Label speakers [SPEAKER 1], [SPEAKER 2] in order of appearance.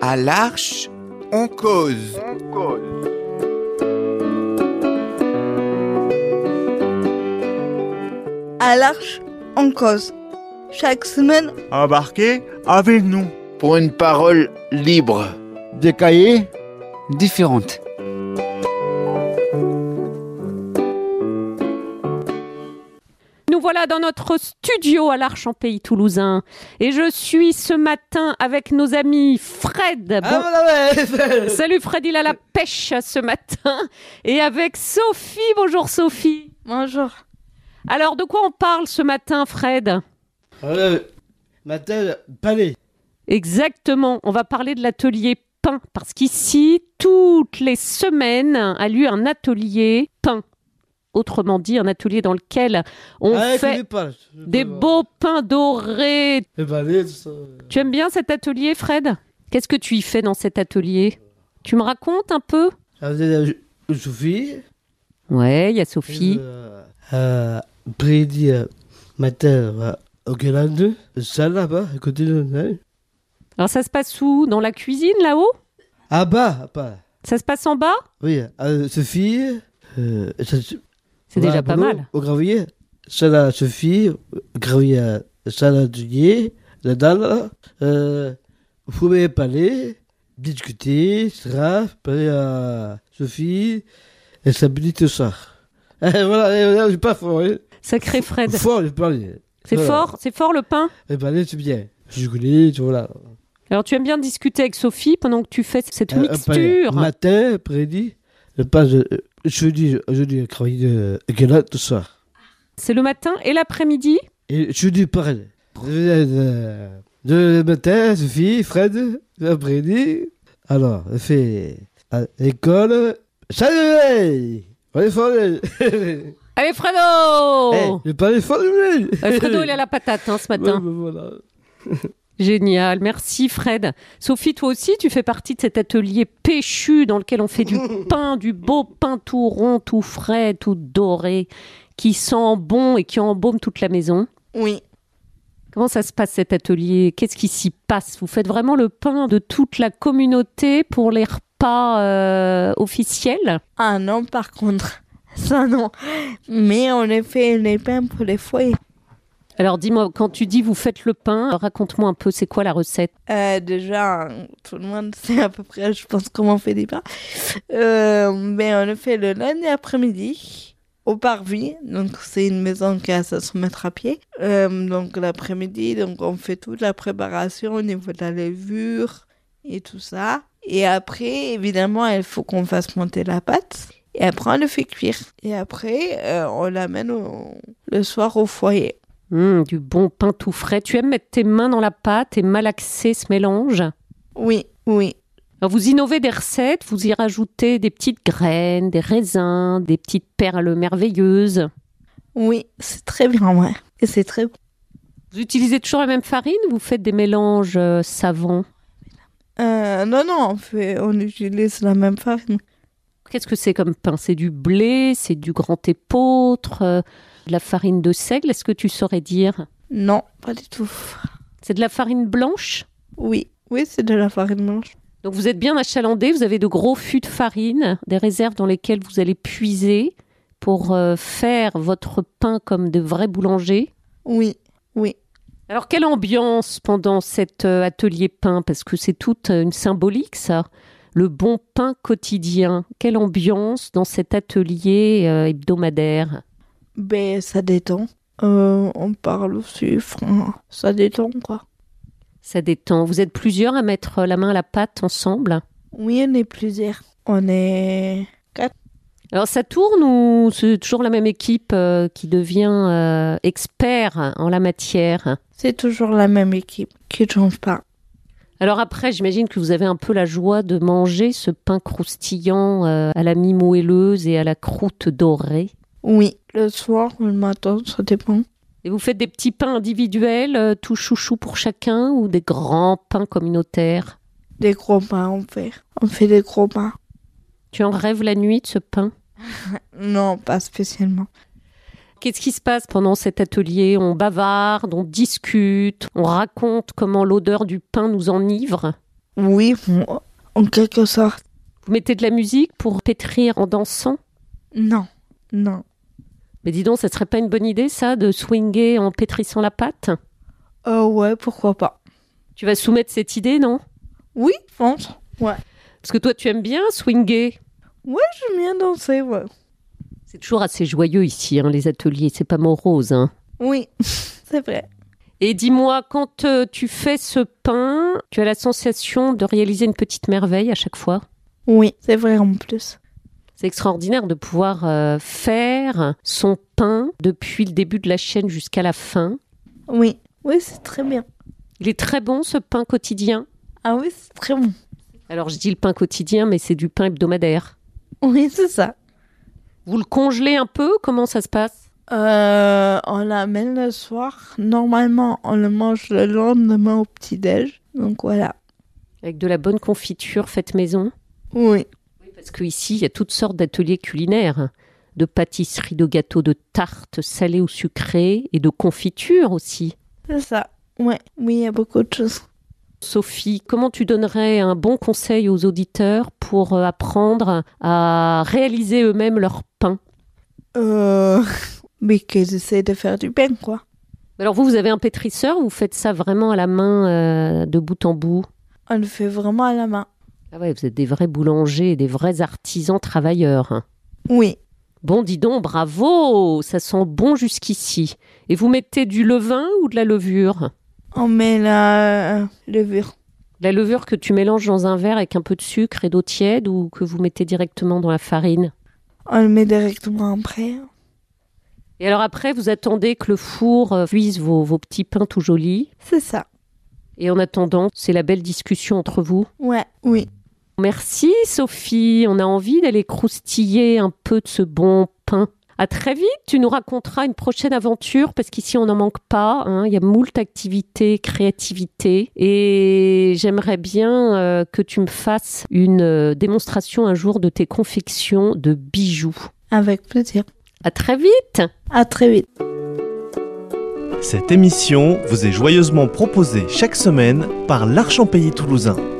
[SPEAKER 1] À l'arche, on cause.
[SPEAKER 2] à l'Arche en cause. Chaque semaine,
[SPEAKER 3] Embarquez avec nous.
[SPEAKER 4] pour une parole libre.
[SPEAKER 5] Des cahiers
[SPEAKER 6] différentes.
[SPEAKER 7] Nous voilà dans notre studio à l'Arche en Pays Toulousain. Et je suis ce matin avec nos amis Fred.
[SPEAKER 5] Ah
[SPEAKER 7] Bon- bah, Salut Fred, il a la pêche ce matin. Et avec Sophie. Bonjour Sophie.
[SPEAKER 2] bonjour.
[SPEAKER 7] Alors de quoi on parle ce matin Fred bah.
[SPEAKER 5] euh, Mathilde Palais.
[SPEAKER 7] Exactement, on va parler de l'atelier pain. Parce qu'ici, toutes les semaines a lieu un atelier pain. Autrement dit, un atelier dans lequel on
[SPEAKER 5] Ah,
[SPEAKER 7] fait
[SPEAKER 5] connais pas. je- je-
[SPEAKER 7] des beaux pains dorés,
[SPEAKER 5] Les palais, tout ça.
[SPEAKER 7] Tu aimes bien cet atelier, Fred Qu'est-ce que tu y fais dans cet atelier Tu me racontes un peu
[SPEAKER 5] Avec
[SPEAKER 7] euh,
[SPEAKER 5] la Ju- Sophie.
[SPEAKER 7] Ouais, il y a Sophie.
[SPEAKER 5] Euh, euh, Brady, euh, Mathilde, euh, au Guélande. Ça là-bas, à côté de hein. nous.
[SPEAKER 7] Alors ça se passe où Dans la cuisine, là-haut
[SPEAKER 5] Ah bah, ah bah.
[SPEAKER 7] Ça se passe en bas
[SPEAKER 5] Oui, euh, Sophie. euh, ça-
[SPEAKER 7] C'est
[SPEAKER 5] voilà,
[SPEAKER 7] déjà pas
[SPEAKER 5] Bruno,
[SPEAKER 7] mal.
[SPEAKER 5] Au gravier. Ça là, Sophie. au Gravier, euh, ça là, Dunier. La dalle. Euh, vous pouvez parler, discuter, ça, parler à euh, Sophie. Et ça me dit tout ça. Et voilà, et voilà, je suis pas fort. Hein.
[SPEAKER 7] Sacré Fred.
[SPEAKER 5] Fort, Euh. je parle.
[SPEAKER 7] C'est
[SPEAKER 5] Voilà.
[SPEAKER 7] fort, c'est fort le pain.
[SPEAKER 5] Et parler, c'est bien. Je connais, tu vois là.
[SPEAKER 7] Alors tu aimes bien discuter avec Sophie pendant que tu fais cette
[SPEAKER 5] Euh,
[SPEAKER 7] mixture.
[SPEAKER 5] parler. Matin, après-midi. Je passe euh, jeudi, jeudi, travailler de Guélade, tout ça.
[SPEAKER 7] C'est le matin et l'après-midi
[SPEAKER 5] Et je suis du pareil. De, de, de matin, Sophie, Fred, après-midi. Alors, on fait à l'école. Salut On est fort Je
[SPEAKER 7] Allez Fredo
[SPEAKER 5] parle fort de
[SPEAKER 7] Euh, Fredo, il a la patate hein, ce matin.
[SPEAKER 5] voilà.
[SPEAKER 7] Génial, merci Fred. Sophie, toi aussi, tu fais partie de cet atelier péchu dans lequel on fait du pain, du beau pain tout rond, tout frais, tout doré, qui sent bon et qui embaume toute la maison.
[SPEAKER 2] Oui,
[SPEAKER 7] Comment ça se passe cet atelier Qu'est-ce qui s'y passe Vous faites vraiment le pain de toute la communauté pour les repas euh, officiels
[SPEAKER 2] ah non, par contre, ça non. Mais on a fait les pains pour les foyers.
[SPEAKER 7] Alors dis-moi, quand tu dis vous faites le pain, raconte-moi un peu, c'est quoi la recette
[SPEAKER 2] Euh, déjà, tout le monde sait à peu près, je pense, comment on fait des pains. Euh, mais on le fait le lundi après-midi au Parvis. Donc, c'est une maison qui a 500 mètres à pied. Euh, donc, l'après-midi, donc on fait toute la préparation au niveau de la levure et tout ça. Et après, évidemment, il faut qu'on fasse monter la pâte. Et après, on le fait cuire. Et après, euh, on l'amène au- le soir au foyer.
[SPEAKER 7] Hum, Du bon pain tout frais. Tu aimes mettre tes mains dans la pâte et malaxer ce mélange
[SPEAKER 2] Oui, oui.
[SPEAKER 7] Alors, vous innovez des recettes, vous y rajoutez des petites graines, des raisins, des petites perles merveilleuses.
[SPEAKER 2] Oui, c'est très bien, ouais. Et c'est très bon.
[SPEAKER 7] Vous utilisez toujours la même farine ou Vous faites des mélanges euh, savants
[SPEAKER 2] Euh, non, non, on, fait, on utilise la même farine.
[SPEAKER 7] Qu'est-ce que c'est comme pain C'est du blé, c'est du grand épeautre, euh, de la farine de seigle, est-ce que tu saurais dire
[SPEAKER 2] Non, pas du tout.
[SPEAKER 7] C'est de la farine blanche
[SPEAKER 2] Oui, oui, c'est de la farine blanche.
[SPEAKER 7] Donc vous êtes bien achalandé, vous avez de gros fûts de farine, des réserves dans lesquelles vous allez puiser pour euh, faire votre pain comme de vrais boulangers.
[SPEAKER 2] Oui,
[SPEAKER 7] Alors, quelle ambiance pendant cet euh, atelier pain Parce que c'est toute euh, une symbolique, ça. Le bon pain quotidien. Quelle ambiance dans cet atelier euh, hebdomadaire
[SPEAKER 2] ben ça détend. Euh, on parle aussi, enfin, ça détend, quoi.
[SPEAKER 7] Ça détend. Vous êtes plusieurs à mettre euh, la main à la pâte ensemble.
[SPEAKER 2] Oui, on est plusieurs. On est...
[SPEAKER 7] Alors, ça tourne ou c'est toujours la même équipe euh, qui devient euh, expert en la matière
[SPEAKER 2] C'est toujours la même équipe qui ne change pas.
[SPEAKER 7] Alors après, j'imagine que vous avez un peu la joie de manger ce pain croustillant euh, à la mi-moelleuse et à la croûte dorée.
[SPEAKER 2] Oui, le soir ou le matin, ça dépend.
[SPEAKER 7] Et vous faites des petits pains individuels, euh, tout chouchou pour chacun, ou des grands pains communautaires
[SPEAKER 2] Des gros pains, on fait. On fait des gros pains.
[SPEAKER 7] Tu en rêves la nuit de ce pain
[SPEAKER 2] Non, pas spécialement.
[SPEAKER 7] Qu'est-ce qui se passe pendant cet atelier On bavarde, on discute, on raconte comment l'odeur du pain nous enivre.
[SPEAKER 2] Oui, en- en quelque sorte.
[SPEAKER 7] Vous mettez de la musique pour pétrir en dansant
[SPEAKER 2] Non, non.
[SPEAKER 7] Mais dis donc, ça serait pas une bonne idée, ça, de swinger en pétrissant la pâte
[SPEAKER 2] Euh, ouais, pourquoi pas.
[SPEAKER 7] Tu vas soumettre cette idée, non
[SPEAKER 2] Oui, je pense.
[SPEAKER 7] Parce que toi, tu aimes bien swinger.
[SPEAKER 2] J'aime bien danser, ouais.
[SPEAKER 7] C'est toujours assez joyeux ici, hein, les ateliers, c'est pas morose. Hein.
[SPEAKER 2] Oui, c'est vrai.
[SPEAKER 7] Et dis-moi, quand euh, tu fais ce pain, tu as la sensation de réaliser une petite merveille à chaque fois
[SPEAKER 2] Oui, c'est vrai en plus.
[SPEAKER 7] C'est extraordinaire de pouvoir euh, faire son pain depuis le début de la chaîne jusqu'à la fin.
[SPEAKER 2] Oui, oui, c'est très bien.
[SPEAKER 7] Il est très bon ce pain quotidien.
[SPEAKER 2] Ah oui, c'est très bon.
[SPEAKER 7] Alors je dis le pain quotidien, mais c'est du pain hebdomadaire.
[SPEAKER 2] Oui, c'est ça.
[SPEAKER 7] Vous le congelez un peu Comment ça se passe
[SPEAKER 2] Euh, on l'amène le soir. Normalement, on le mange le lendemain au petit-déj. Donc voilà.
[SPEAKER 7] Avec de la bonne confiture faite maison
[SPEAKER 2] Oui.
[SPEAKER 7] Parce qu'ici, il y a toutes sortes d'ateliers culinaires, de pâtisseries, de gâteaux, de tartes salées ou sucrées, et de confitures aussi.
[SPEAKER 2] C'est ça. Ouais. Oui, il y a beaucoup de choses.
[SPEAKER 7] Sophie, comment tu donnerais un bon conseil aux auditeurs pour euh, apprendre à réaliser eux-mêmes leur pain
[SPEAKER 2] Euh... Mais qu'ils essaient de faire du pain, quoi.
[SPEAKER 7] Alors vous, vous avez un pétrisseur, vous faites ça vraiment à la main, euh, de bout en bout
[SPEAKER 2] On le fait vraiment à la main.
[SPEAKER 7] Ah ouais, vous êtes des vrais boulangers, des vrais artisans travailleurs.
[SPEAKER 2] Oui.
[SPEAKER 7] Bon, dis donc, bravo, ça sent bon jusqu'ici. Et vous mettez du levain ou de la levure
[SPEAKER 2] On met la euh, levure.
[SPEAKER 7] La levure que tu mélanges dans un verre avec un peu de sucre et d'eau tiède ou que vous mettez directement dans la farine
[SPEAKER 2] On le met directement après.
[SPEAKER 7] Et alors après, vous attendez que le four euh, cuise vos, vos petits pains tout jolis.
[SPEAKER 2] C'est ça.
[SPEAKER 7] Et en attendant, c'est la belle discussion entre vous.
[SPEAKER 2] Ouais. Oui.
[SPEAKER 7] Merci Sophie, on a envie d'aller croustiller un peu de ce bon pain. À très vite, tu nous raconteras une prochaine aventure parce qu'ici on n'en manque pas. hein. Il y a moult activités, créativité. Et j'aimerais bien euh, que tu me fasses une euh, démonstration un jour de tes confections de bijoux.
[SPEAKER 2] Avec plaisir.
[SPEAKER 7] À très vite!
[SPEAKER 2] À très vite.
[SPEAKER 6] Cette émission vous est joyeusement proposée chaque semaine par l'Archempéry toulousain.